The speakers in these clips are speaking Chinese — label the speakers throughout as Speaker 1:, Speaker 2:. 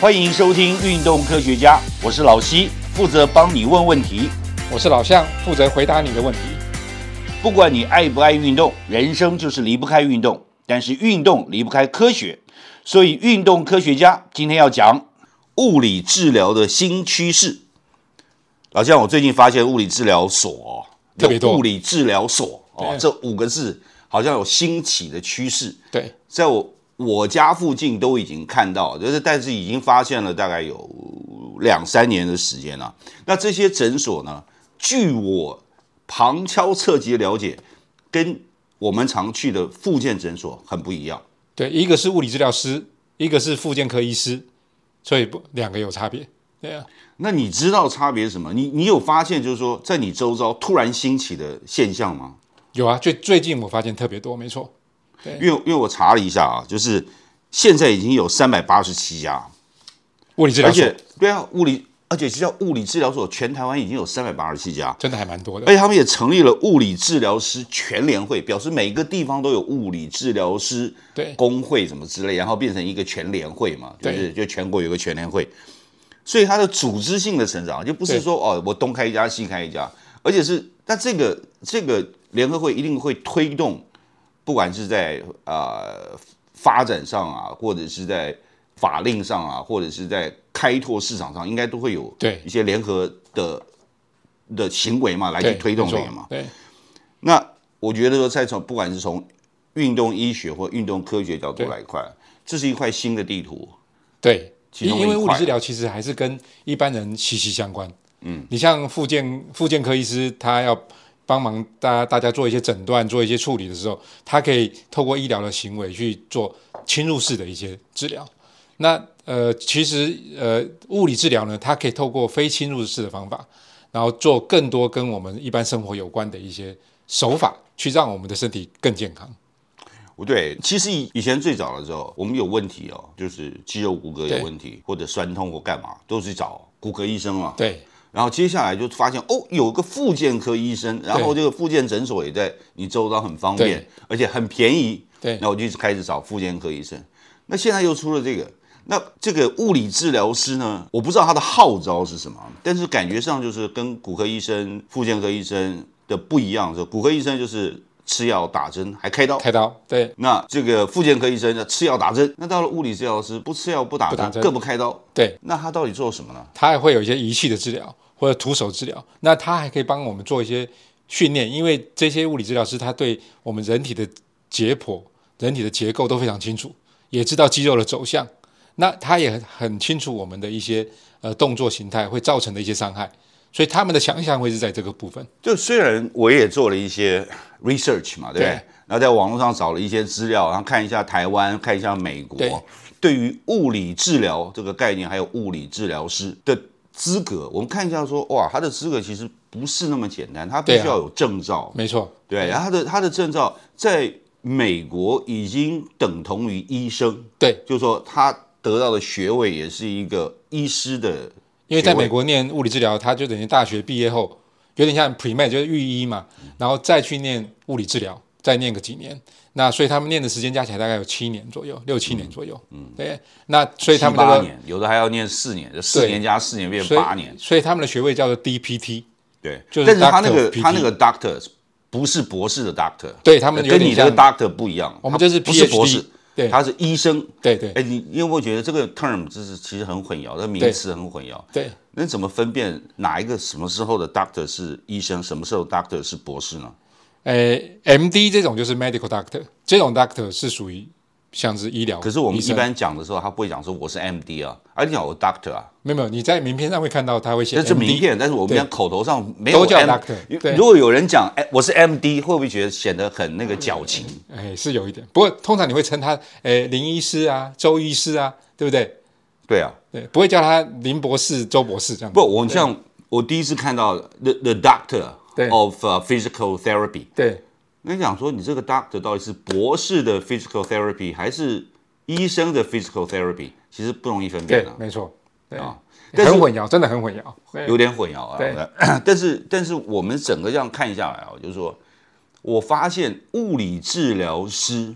Speaker 1: 欢迎收听《运动科学家》，我是老西，负责帮你问问题。
Speaker 2: 我是老向，负责回答你的问题。
Speaker 1: 不管你爱不爱运动，人生就是离不开运动，但是运动离不开科学，所以运动科学家今天要讲物理治疗的新趋势。老像我最近发现物理治疗所哦
Speaker 2: 特别多
Speaker 1: 物理治疗所哦，
Speaker 2: 对
Speaker 1: 这五个字好像有兴起的趋势。
Speaker 2: 对，
Speaker 1: 在我我家附近都已经看到，就是但是已经发现了大概有两三年的时间了。那这些诊所呢，据我旁敲侧击的了解，跟我们常去的复健诊所很不一样。
Speaker 2: 对，一个是物理治疗师，一个是复健科医师，所以不两个有差别。对啊，
Speaker 1: 那你知道差别是什么？你你有发现就是说，在你周遭突然兴起的现象吗？
Speaker 2: 有啊，最最近我发现特别多，没错，
Speaker 1: 因为因为我查了一下啊，就是现在已经有三百八十七家，
Speaker 2: 物理治疗
Speaker 1: 而
Speaker 2: 所
Speaker 1: 且对啊，物理而且叫物理治疗所，全台湾已经有三百八十七家。
Speaker 2: 真的还蛮多的。
Speaker 1: 而且他们也成立了物理治疗师全联会，表示每个地方都有物理治疗师
Speaker 2: 对
Speaker 1: 工会什么之类，然后变成一个全联会嘛，就是就全国有个全联会，所以它的组织性的成长就不是
Speaker 2: 对
Speaker 1: 说哦我东开一家西开一家，而且是那这个这个联合会一定会推动，不管是在呃发展上啊，或者是在法令上啊，或者是在开拓市场上，应该都会有
Speaker 2: 对
Speaker 1: 一些联合的的行为嘛，来去
Speaker 2: 对，
Speaker 1: 推动
Speaker 2: 没
Speaker 1: 这
Speaker 2: 错
Speaker 1: 个嘛。
Speaker 2: 对，
Speaker 1: 那我觉得说，在从不管是从运动医学或运动科学角度
Speaker 2: 对
Speaker 1: 来看，这是一块新的地图。
Speaker 2: 对，
Speaker 1: 其
Speaker 2: 因
Speaker 1: 中的
Speaker 2: 因为
Speaker 1: 一
Speaker 2: 物
Speaker 1: 块
Speaker 2: 理治疗其实还是跟一般人息息相关。嗯，你像复健复健科医师，他要帮忙大家大家做一些诊断、做一些处理的时候，他可以透过医疗的行为去做侵入式的一些治疗。那呃，其实呃，物理治疗呢，它可以透过非侵入式的方法，然后做更多跟我们一般生活有关的一些手法，去让我们的身体更健康。
Speaker 1: 不对，其实以以前最早的时候，我们有问题哦，就是肌肉骨骼
Speaker 2: 对
Speaker 1: 有问题，或者酸痛或干嘛，都是找骨骼医生嘛。
Speaker 2: 对
Speaker 1: 然后接下来就发现哦，有个复健科医生，然后这个复健诊所也在你周遭很方便
Speaker 2: 对，
Speaker 1: 而且很便宜。
Speaker 2: 对
Speaker 1: 那我就开始找复健科医生。那现在又出了这个，那这个物理治疗师呢，我不知道他的号召是什么，但是感觉上就是跟骨科医生、复健科医生的不一样。就骨科医生就是吃药、打针，还开刀。
Speaker 2: 开刀，对
Speaker 1: 那这个复健科医生呢，吃药打针。那到了物理治疗师，不吃药不打
Speaker 2: 不打针
Speaker 1: 更不开刀。
Speaker 2: 对，
Speaker 1: 那他到底做什么呢？
Speaker 2: 它还会有一些仪器的治疗或者徒手治疗，那它还可以帮我们做一些训练，因为这些物理治疗师他对我们人体的解剖、人体的结构都非常清楚，也知道肌肉的走向，那他也很很清楚我们的一些呃动作形态会造成的一些伤害，所以他们的强项会是在这个部分。
Speaker 1: 就虽然我也做了一些 research 嘛，对不对
Speaker 2: 对？
Speaker 1: 然后在网络上找了一些资料，然后看一下台湾，看一下美国，
Speaker 2: 对
Speaker 1: 对于物理治疗这个概念，还有物理治疗师的资格，我们看一下说，哇，他的资格其实不是那么简单，他必须
Speaker 2: 对啊
Speaker 1: 要有证照，
Speaker 2: 没错，
Speaker 1: 对,、然后他的他的证照在美国已经等同于医生，
Speaker 2: 对，
Speaker 1: 就是说他得到的学位也是一个医师的
Speaker 2: 因为在
Speaker 1: 学位
Speaker 2: 美国念物理治疗，他就等于大学毕业后，有点像 pre med 就是预医嘛，然后再去念物理治疗，再念个几年。那所以他们念的时间加起来大概有七年左右，六七年左右。嗯，对。那所以他们
Speaker 1: 七
Speaker 2: 这
Speaker 1: 八
Speaker 2: 个，
Speaker 1: 年，有的还要念四年，就四
Speaker 2: 对
Speaker 1: 年加四年变
Speaker 2: 所以
Speaker 1: 八年。
Speaker 2: 所以他们的学位叫做 DPT。
Speaker 1: 对，
Speaker 2: 就是
Speaker 1: 但是他那
Speaker 2: Doctor
Speaker 1: 个
Speaker 2: PT
Speaker 1: 他那个 doctor 不是博士的 doctor，呃
Speaker 2: 对他们有
Speaker 1: 跟
Speaker 2: 点
Speaker 1: 你这个
Speaker 2: 像
Speaker 1: doctor 不一样，
Speaker 2: 我们这是
Speaker 1: 他不是
Speaker 2: PhD
Speaker 1: 博士，
Speaker 2: 对
Speaker 1: 他是医生。
Speaker 2: 对对
Speaker 1: 哎，你你有没有觉得这个 term 就是其实很混淆，这个名
Speaker 2: 对
Speaker 1: 词很混淆？
Speaker 2: 对，
Speaker 1: 那怎么分辨哪一个什么时候的 doctor 是医生，什么时候 doctor 是博士呢？
Speaker 2: 呃，MD 这种就是 medical doctor，这种 doctor 是属于像是医疗医生。
Speaker 1: 可是我们一般讲的时候，他不会讲说我是 MD 啊，而且讲我 doctor 啊，
Speaker 2: 没有没有，你在名片上会看到他会写
Speaker 1: 这
Speaker 2: MD，
Speaker 1: 是名片，但是我们
Speaker 2: 对
Speaker 1: 讲口头上没有
Speaker 2: 都叫
Speaker 1: M-
Speaker 2: doctor，对
Speaker 1: 如果有人讲哎我是 MD，会不会觉得显得很那个矫情？
Speaker 2: 哎，是有一点。不过通常你会称他诶林医师啊、周医师啊，对不对？
Speaker 1: 对啊，
Speaker 2: 对，不会叫他林博士、周博士这样子。
Speaker 1: 不，我像我第一次看到 the the doctor
Speaker 2: 对
Speaker 1: of、uh, physical therapy，
Speaker 2: 对
Speaker 1: 那你想说你这个 doctor 到底是博士的 physical therapy 还是医生的 physical therapy？其实不容易分辨
Speaker 2: 对
Speaker 1: 的，
Speaker 2: 没错，对
Speaker 1: 啊但是
Speaker 2: 很混淆，真的很混淆。对
Speaker 1: 有点混淆
Speaker 2: 对
Speaker 1: 啊。 但是但是我们整个这样看下来啊，就是说我发现物理治疗师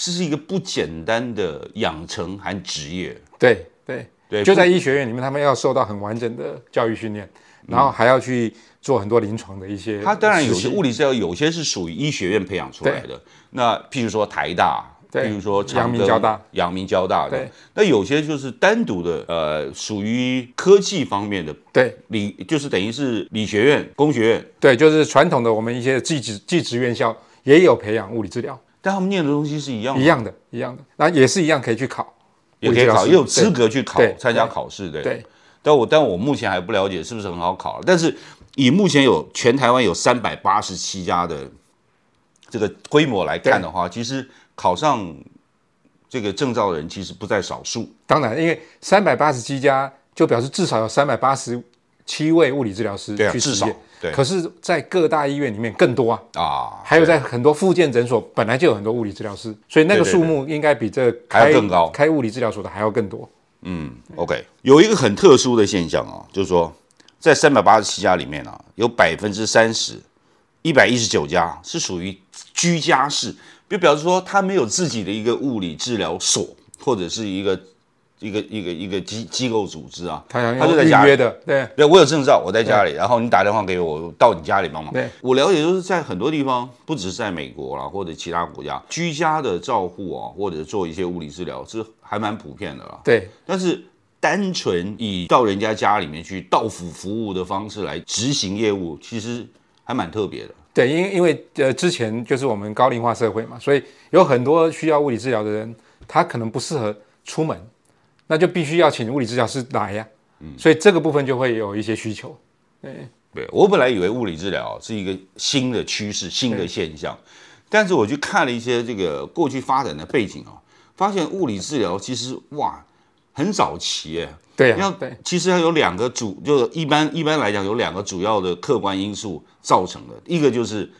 Speaker 1: 这是一个不简单的养成和职业。
Speaker 2: 对对
Speaker 1: 对
Speaker 2: 就
Speaker 1: 不
Speaker 2: 在医学院里面，他们要受到很完整的教育训练，然后还要去做很多临床的一些实习。
Speaker 1: 他当然有些物理治疗，有些是属于医学院培养出来的。那譬如说台大，
Speaker 2: 对
Speaker 1: 譬如说长
Speaker 2: 阳明
Speaker 1: 庚
Speaker 2: 交大、
Speaker 1: 阳明交大的
Speaker 2: 对。
Speaker 1: 那有些就是单独的，呃，属于科技方面的
Speaker 2: 对
Speaker 1: 理，就是等于是理学院、工学院，
Speaker 2: 对，就是传统的我们一些技职技职院校也有培养物理治疗，
Speaker 1: 但他们念的东西是一样的，
Speaker 2: 一样的，一样的，那也是一样可以去考。
Speaker 1: 也可以考，
Speaker 2: 物理治疗师
Speaker 1: 也有资格去考
Speaker 2: 对
Speaker 1: 参加考试的。
Speaker 2: 对，
Speaker 1: 但我但我目前还不了解是不是很好考，但是以目前有全台湾有三百八十七家的这个规模来看的话，其实考上这个证照的人其实不在少数。
Speaker 2: 当然，因为三百八十七家就表示至少有三百八十七位物理治疗师
Speaker 1: 对啊
Speaker 2: 去
Speaker 1: 至
Speaker 2: 执
Speaker 1: 少
Speaker 2: 业。
Speaker 1: 对
Speaker 2: 可是，在各大医院里面更多啊，
Speaker 1: 啊，
Speaker 2: 还有在很多附件诊所本来就有很多物理治疗师，所以那个
Speaker 1: 对对对
Speaker 2: 数目应该比这
Speaker 1: 还要
Speaker 2: 开
Speaker 1: 更高
Speaker 2: 开物理治疗所的还要更多。
Speaker 1: OK，有一个很特殊的现象啊，就是说在三百八十七家里面啊，有百分之三十，一百一十九家是属于居家式，就表示说他没有自己的一个物理治疗所或者是一个一个一个一个机机构组织啊，
Speaker 2: 他想
Speaker 1: 就
Speaker 2: 要
Speaker 1: 在
Speaker 2: 预
Speaker 1: 家里
Speaker 2: 约的，对
Speaker 1: 对，我有证照，我在家里，然后你打电话给我，我到你家里帮忙。
Speaker 2: 对，
Speaker 1: 我了解就是在很多地方，不只是在美国啦，或者其他国家，居家的照护啊，或者做一些物理治疗，是还蛮普遍的啦。
Speaker 2: 对
Speaker 1: 但是单纯以到人家家里面去到府服务的方式来执行业务，其实还蛮特别的。
Speaker 2: 对，因因为呃之前就是我们高龄化社会嘛，所以有很多需要物理治疗的人，他可能不适合出门，那就必须要请物理治疗师来呀、
Speaker 1: 嗯
Speaker 2: 所以这个部分就会有一些需求。
Speaker 1: 对我本来以为物理治疗是一个新的趋势、新的现象，但是我去看了一些这个过去发展的背景啊，发现物理治疗其实哇很早期耶。
Speaker 2: 对呀、
Speaker 1: 要
Speaker 2: 啊对
Speaker 1: 其实它有两个主，就一般一般来讲有两个主要的客观因素造成的，一个就是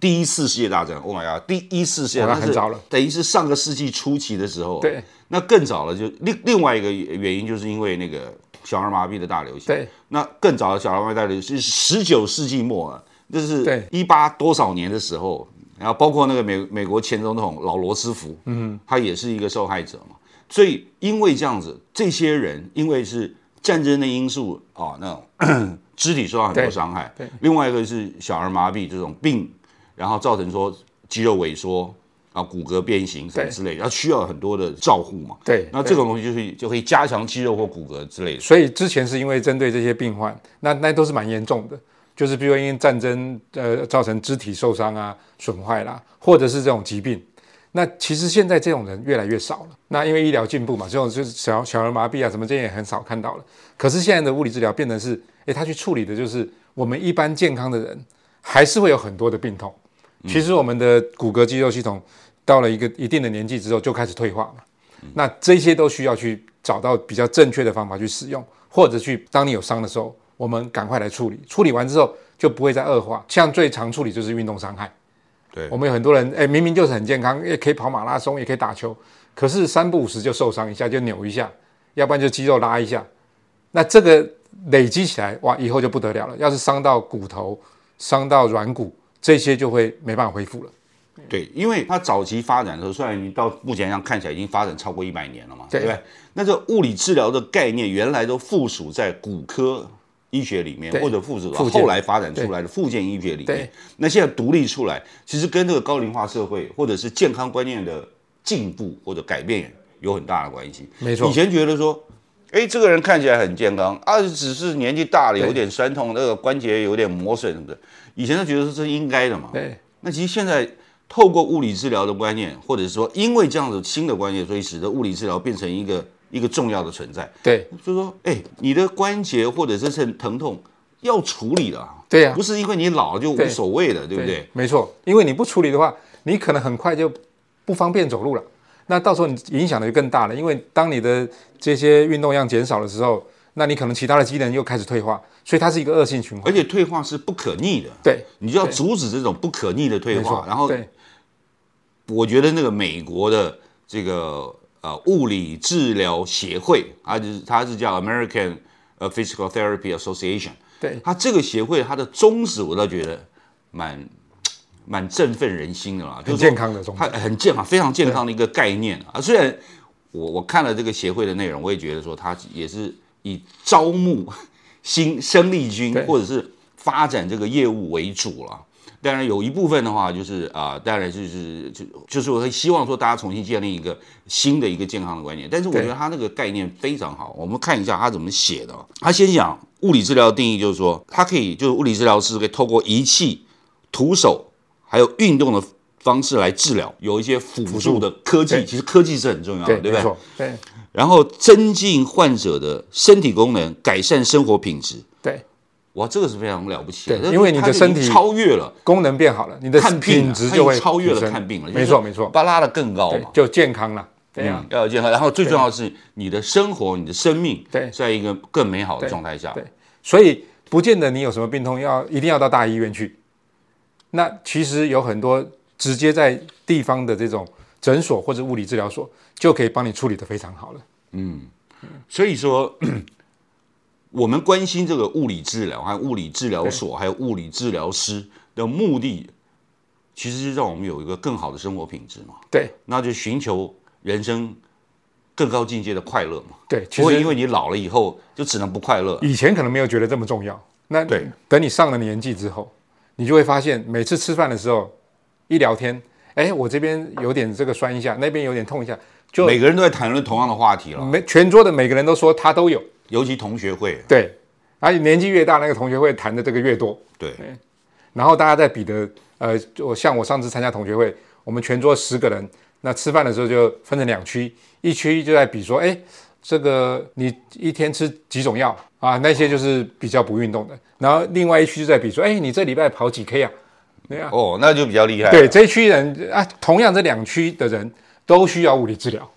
Speaker 1: 第一次世界大战，Oh my god，第一次世界大
Speaker 2: 哇那
Speaker 1: 战
Speaker 2: 很早了，
Speaker 1: 是等于是上个世纪初期的时候，
Speaker 2: 对，
Speaker 1: 那更早了就另另外一个原因就是因为那个小儿麻痹的大流行，
Speaker 2: 对，
Speaker 1: 那更早的小儿麻痹大流行是十九世纪末啊，这是
Speaker 2: 对
Speaker 1: 一八多少年的时候，然后包括那个美美国前总统老罗斯福，嗯，他也是一个受害者嘛。所以因为这样子，这些人因为是战争的因素啊、那种 肢体受到很多
Speaker 2: 对
Speaker 1: 伤害
Speaker 2: 对，
Speaker 1: 另外一个是小儿麻痹这种病，然后造成说肌肉萎缩啊、骨骼变形什么
Speaker 2: 对
Speaker 1: 之类的，要需要很多的照护嘛。
Speaker 2: 对，
Speaker 1: 那
Speaker 2: 对
Speaker 1: 这种东西就是就可以加强肌肉或骨骼之类的。
Speaker 2: 所以之前是因为针对这些病患，那那都是蛮严重的，就是比如因为战争呃造成肢体受伤啊、损坏啦，或者是这种疾病。那其实现在这种人越来越少了。那因为医疗进步嘛，这种就是小小儿麻痹啊什么这些也很少看到了。可是现在的物理治疗变成是，诶，他去处理的就是我们一般健康的人还是会有很多的病痛。其实我们的骨骼肌肉系统到了一个一定的年纪之后就开始退化嘛。那这些都需要去找到比较正确的方法去使用，或者去当你有伤的时候，我们赶快来处理。处理完之后就不会再恶化。像最常处理就是运动伤害。
Speaker 1: 对
Speaker 2: 我们有很多人，哎，明明就是很健康，也可以跑马拉松，也可以打球，可是三不五时就受伤一下，就扭一下，要不然就肌肉拉一下。那这个累积起来，哇，以后就不得了了。要是伤到骨头、伤到软骨，这些就会没办法恢复了。
Speaker 1: 对，因为它早期发展的时候，虽然你到目前上看起来已经发展超过一百年了嘛，对
Speaker 2: 对
Speaker 1: 不对？那这物理治疗的概念原来都附属在骨科医学里面，
Speaker 2: 对
Speaker 1: 或者附属到
Speaker 2: 附件
Speaker 1: 后来发展出来的附件医学里面
Speaker 2: 对。
Speaker 1: 那现在独立出来，其实跟这个高龄化社会或者是健康观念的进步或者改变有很大的关系。
Speaker 2: 没错
Speaker 1: 以前觉得说。哎，这个人看起来很健康啊，只是年纪大了，有
Speaker 2: 对
Speaker 1: 点酸痛，那个关节有点磨损什么的。以前都觉得说这是应该的嘛，
Speaker 2: 对
Speaker 1: 那其实现在透过物理治疗的观念，或者是说因为这样子新的观念，所以使得物理治疗变成一个一个重要的存在。
Speaker 2: 对
Speaker 1: 就是说，哎，你的关节或者是疼疼痛要处理的啊，
Speaker 2: 对呀、
Speaker 1: 不是因为你老就无
Speaker 2: 对
Speaker 1: 所谓的，对不对？？
Speaker 2: 没错，因为你不处理的话，你可能很快就不方便走路了。那到时候你影响的就更大了，因为当你的这些运动量减少的时候，那你可能其他的机能又开始退化，所以它是一个恶性循
Speaker 1: 而
Speaker 2: 环。
Speaker 1: 且退化是不可逆的，
Speaker 2: 对，
Speaker 1: 你就要
Speaker 2: 对
Speaker 1: 阻止这种不可逆的退
Speaker 2: 没
Speaker 1: 化
Speaker 2: 错。。
Speaker 1: 然后
Speaker 2: 对
Speaker 1: 我觉得那个美国的这个呃物理治疗协会，它就是它是叫 American 呃 Physical Therapy Association，
Speaker 2: 对
Speaker 1: 它这个协会它的宗旨我倒觉得蛮蛮振奋人心的啦，就
Speaker 2: 很
Speaker 1: 是
Speaker 2: 健康的东西
Speaker 1: 它。很健康，非常健康的一个概念啊。虽然我我看了这个协会的内容，我也觉得说它也是以招募新生力军
Speaker 2: 对
Speaker 1: 或者是发展这个业务为主了。当然有一部分的话，就是啊、当然就是就就是我会希望说大家重新建立一个新的一个健康的观念。但是我
Speaker 2: 对
Speaker 1: 觉得他那个概念非常好，我们看一下他怎么写的哦。他先讲物理治疗的定义，就是说他可以就是物理治疗师可以透过仪器、徒手还有运动的方式来治疗，有一些辅助的科技，
Speaker 2: 对
Speaker 1: 其实科技是很重要的，
Speaker 2: 对，
Speaker 1: 对
Speaker 2: 没
Speaker 1: 不对？
Speaker 2: 错，对
Speaker 1: 然后增进患者的身体功能，改善生活品质。
Speaker 2: 对，
Speaker 1: 哇，这个是非常了不起的，
Speaker 2: 对
Speaker 1: 这个
Speaker 2: 因为你的
Speaker 1: 它已经
Speaker 2: 身体
Speaker 1: 超越了
Speaker 2: 功能变好了，你的
Speaker 1: 看病啊
Speaker 2: 品质就
Speaker 1: 它已
Speaker 2: 会
Speaker 1: 经超越了
Speaker 2: 提升
Speaker 1: 看病了就是
Speaker 2: 没错没错，
Speaker 1: 把它拉得更高
Speaker 2: 对
Speaker 1: 嘛，。
Speaker 2: 就健康了，对啊呀
Speaker 1: 嗯，，要有健康。然后最重要的是，你的生活、你的生命，
Speaker 2: 对
Speaker 1: 在一个更美好的
Speaker 2: 对
Speaker 1: 状态下，
Speaker 2: 对所以不见得你有什么病痛要一定要到大医院去。那其实有很多直接在地方的这种诊所或者物理治疗所就可以帮你处理的非常好了。
Speaker 1: 所以说， 我们关心这个物理治疗，还有物理治疗所，还有物理治疗师的目的，其实是让我们有一个更好的生活品质嘛。
Speaker 2: 对
Speaker 1: 那就寻求人生更高境界的快乐嘛。
Speaker 2: 对，其
Speaker 1: 不会因
Speaker 2: 实
Speaker 1: 为你老了以后就只能不快乐。
Speaker 2: 以前可能没有觉得这么重要，那
Speaker 1: 对，
Speaker 2: 等你上了年纪之后，你就会发现每次吃饭的时候一聊天，哎，我这边有点这个酸一下，那边有点痛一下，就
Speaker 1: 每个人都在谈论同样的话题了，
Speaker 2: 每全桌的每个人都说他都有。
Speaker 1: 尤其同学会，
Speaker 2: 对，而且年纪越大，那个同学会谈的这个越多。
Speaker 1: 对，
Speaker 2: 然后大家在比的，呃，我像我上次参加同学会，我们全桌十个人，那吃饭的时候就分成两区，一区就在比说，哎，这个你一天吃几种药啊？那些就是比较不运动的。然后另外一区就在比说，哎，你这礼拜跑几 K 啊？
Speaker 1: 哦，那就比较厉害。
Speaker 2: 对，，这一区人啊，同样这两区的人都需要物理治疗。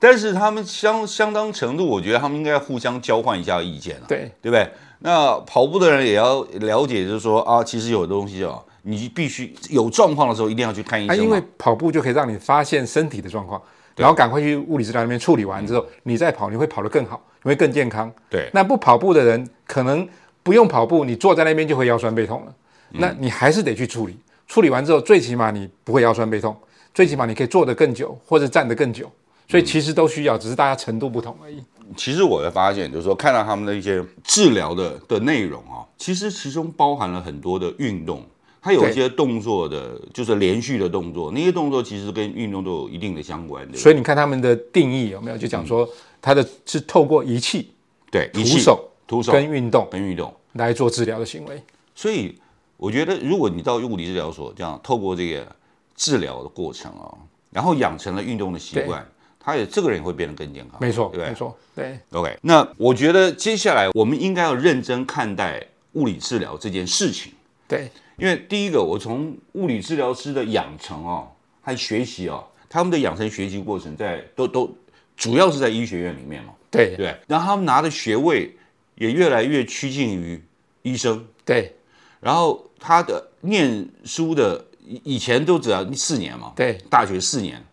Speaker 1: 但是他们相相当程度，我觉得他们应该互相交换一下意见啊。
Speaker 2: 对，
Speaker 1: 对不对？那跑步的人也要了解，就是说啊，其实有的东西哦，你必须有状况的时候一定要去看医
Speaker 2: 啊，
Speaker 1: 生
Speaker 2: 因
Speaker 1: 嘛。
Speaker 2: 为跑步就可以让你发现身体的状况，然后赶快去物理治疗那边处理完之后，你再跑，你会跑得更好，你会更健康。
Speaker 1: 嗯对
Speaker 2: 那不跑步的人，可能不用跑步，你坐在那边就会腰酸背痛了。
Speaker 1: 嗯
Speaker 2: 那你还是得去处理，处理完之后，最起码你不会腰酸背痛，最起码你可以坐得更久或者站得更久。
Speaker 1: 嗯
Speaker 2: 所以其实都需要，只是大家程度不同而已。
Speaker 1: 其实我的发现就是说，看到他们的一些治疗的的内容啊、其实其中包含了很多的运动，它有一
Speaker 2: 对
Speaker 1: 些动作的，就是连续的动作，那些动作其实跟运动都有一定的相关的。
Speaker 2: 所以你看他们的定义有没有？就讲说它的是透过仪器、
Speaker 1: 对，嗯
Speaker 2: 徒
Speaker 1: 仪器、
Speaker 2: 手
Speaker 1: 徒手
Speaker 2: 跟运动
Speaker 1: 跟运动，
Speaker 2: 来做治疗的行为。
Speaker 1: 所以我觉得，如果你到物理治疗所这样，透过这个治疗的过程啊、然后养成了运动的习惯，他也这个人也会变得更健康。
Speaker 2: 没错，
Speaker 1: 对不对
Speaker 2: 没错，对
Speaker 1: OK，那我觉得接下来我们应该要认真看待物理治疗这件事情，
Speaker 2: 对
Speaker 1: 因为第一个，我从物理治疗师的养成哦，和学习哦，他们的养成学习过程在都都主要是在医学院里面嘛，
Speaker 2: 对
Speaker 1: 对，然后他们拿的学位也越来越趋近于医生，
Speaker 2: 对
Speaker 1: 然后他的念书的以以前都只要四年嘛，
Speaker 2: 对，
Speaker 1: 大学四年，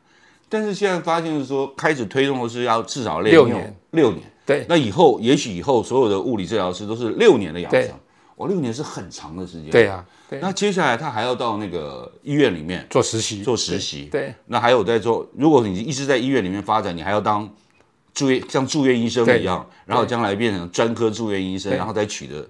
Speaker 1: 但是现在发现是说开始推动的是要至少练
Speaker 2: 六年，
Speaker 1: 六年。
Speaker 2: 对
Speaker 1: 那以后也许以后所有的物理治疗师都是六年的养
Speaker 2: 对
Speaker 1: 成，我六年是很长的时间。
Speaker 2: 对，啊，对，
Speaker 1: 那接下来他还要到那个医院里面
Speaker 2: 做实习，
Speaker 1: 做实习，
Speaker 2: 对
Speaker 1: 那还有在做，如果你一直在医院里面发展，你还要当住院像住院医生
Speaker 2: 对
Speaker 1: 一样，然后将来变成专科住院医生，
Speaker 2: 对
Speaker 1: 然后再取得，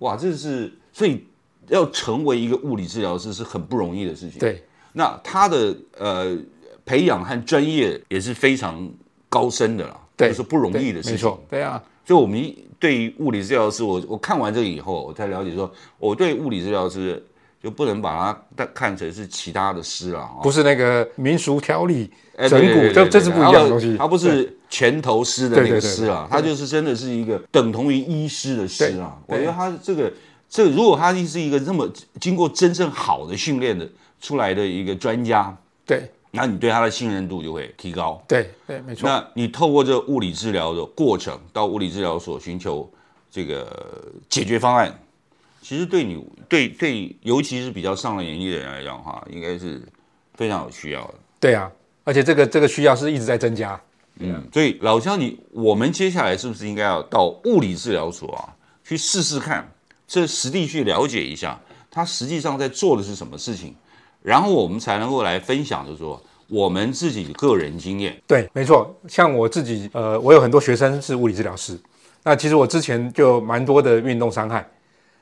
Speaker 1: 哇，这是所以要成为一个物理治疗师是很不容易的事情。
Speaker 2: 对
Speaker 1: 那他的呃培养和专业也是非常高深的啦，
Speaker 2: 对，
Speaker 1: 就是不容易的事
Speaker 2: 对
Speaker 1: 情。
Speaker 2: 没错，对啊，
Speaker 1: 所以我们一对于物理治疗师，我我看完这个以后，我才了解说，我对物理治疗师就不能把它看成是其他的师了啊。
Speaker 2: 不是那个民俗调理
Speaker 1: 哎
Speaker 2: 整
Speaker 1: 对对
Speaker 2: 蛊，
Speaker 1: 对
Speaker 2: 这
Speaker 1: 对
Speaker 2: 这是不一样的东西，
Speaker 1: 他不是拳头师的那个师啊，
Speaker 2: 对对对对
Speaker 1: 他就是真的是一个等同于医师的师啊。我
Speaker 2: 对对
Speaker 1: 觉得他这个这个如果他是一个这么经过真正好的训练的出来的一个专家，
Speaker 2: 对
Speaker 1: 那你对他的信任度就会提高。
Speaker 2: 对对，没错，
Speaker 1: 那你透过这物理治疗的过程，到物理治疗所寻求这个解决方案，其实对你对对，尤其是比较上了年纪的人来讲的话，应该是非常有需要的。
Speaker 2: 对啊，而且这个这个需要是一直在增加，
Speaker 1: 嗯，所以老乡你，我们接下来是不是应该要到物理治疗所啊，去试试看，这实地去了解一下，它实际上在做的是什么事情，然后我们才能够来分享，就是说我们自己个人经验。
Speaker 2: 对，没错，像我自己，呃，我有很多学生是物理治疗师，那其实我之前就蛮多的运动伤害，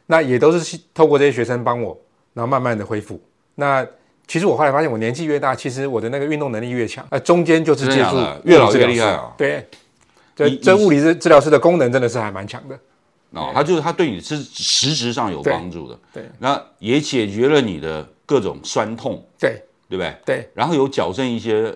Speaker 2: 那也都是希透过这些学生帮我，然后慢慢的恢复。那其实我后来发现，我年纪越大，其实我的那个运动能力越强，呃，中间就是
Speaker 1: 真的
Speaker 2: 借
Speaker 1: 假
Speaker 2: 助
Speaker 1: 的越老越
Speaker 2: 物理治疗
Speaker 1: 厉
Speaker 2: 师
Speaker 1: 害啊
Speaker 2: 对，这
Speaker 1: 你
Speaker 2: 这
Speaker 1: 你
Speaker 2: 物理治治疗师的功能真的是还蛮强的。
Speaker 1: 哦，它就是它对你是实质上有帮助的，
Speaker 2: 对对
Speaker 1: 那也解决了你的各种酸痛，
Speaker 2: 对
Speaker 1: 对不对？
Speaker 2: 对
Speaker 1: 然后有矫正一些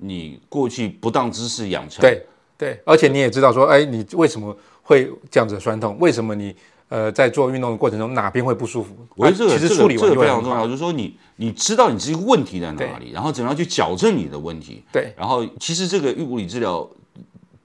Speaker 1: 你过去不当姿势养成，，
Speaker 2: 对对，而且你也知道说，哎，你为什么会这样子的酸痛？为什么你呃在做运动的过程中哪边会不舒服？
Speaker 1: 我觉得这
Speaker 2: 啊
Speaker 1: 个
Speaker 2: 其实
Speaker 1: 这
Speaker 2: 处
Speaker 1: 个
Speaker 2: 理
Speaker 1: 这
Speaker 2: 完就
Speaker 1: 个非
Speaker 2: 会
Speaker 1: 常
Speaker 2: 很
Speaker 1: 重
Speaker 2: 好。
Speaker 1: 要，就是说你你知道你自己问题在哪里，然后怎么样去矫正你的问题，
Speaker 2: 对
Speaker 1: 然后其实这个物理治疗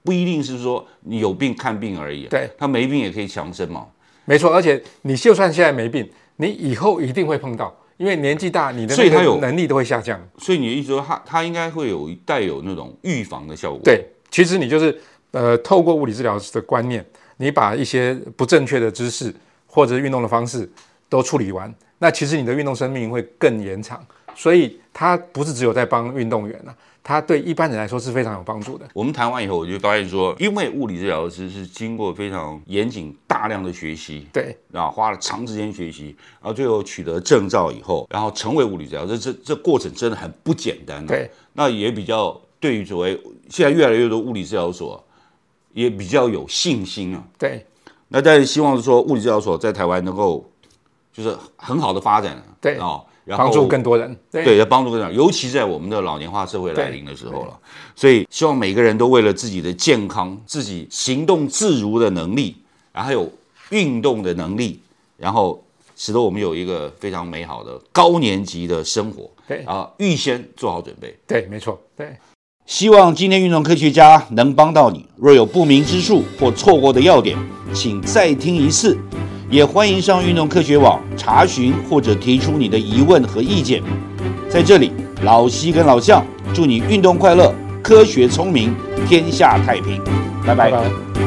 Speaker 1: 不一定是说你有病看病而已，
Speaker 2: 对，
Speaker 1: 他没病也可以强身嘛，
Speaker 2: 没错，而且你就算现在没病，你以后一定会碰到，因为年纪大，你的
Speaker 1: 嗯所以
Speaker 2: 那
Speaker 1: 它有
Speaker 2: 个能力都会下降。
Speaker 1: 所以你的意思说它它应该会有带有那种预防的效果，
Speaker 2: 对，其实你就是呃，透过物理治疗的观念，你把一些不正确的知识或者运动的方式都处理完，那其实你的运动生命会更延长。所以它不是只有在帮运动员啊，它对一般人来说是非常有帮助的。
Speaker 1: 我们谈完以后，我就发现说，因为物理治疗师是经过非常严谨、大量的学习，
Speaker 2: 对
Speaker 1: 啊，花了长时间学习，然后最后取得证照以后，然后成为物理治疗师，这这这过程真的很不简单、啊。，
Speaker 2: 对
Speaker 1: 那也比较对于所谓现在越来越多物理治疗所，也比较有信心啊。
Speaker 2: 对
Speaker 1: 那但是希望说物理治疗所在台湾能够就是很好的发展啊，
Speaker 2: 对
Speaker 1: 啊，然后
Speaker 2: 帮助更多人。对
Speaker 1: 对，要帮助更长，尤其在我们的老年化社会来临的时候了。所以希望每个人都为了自己的健康、自己行动自如的能力，然后还有运动的能力，然后使得我们有一个非常美好的高年级的生活。
Speaker 2: 对
Speaker 1: 啊，预先做好准备。
Speaker 2: 对，没错，对。
Speaker 1: 希望今天运动科学家能帮到你。若有不明之处或错过的要点，请再听一次。也欢迎上运动科学网查询或者提出你的疑问和意见。在这里，老西跟老向祝你运动快乐，科学聪明，天下太平。拜拜
Speaker 2: 拜拜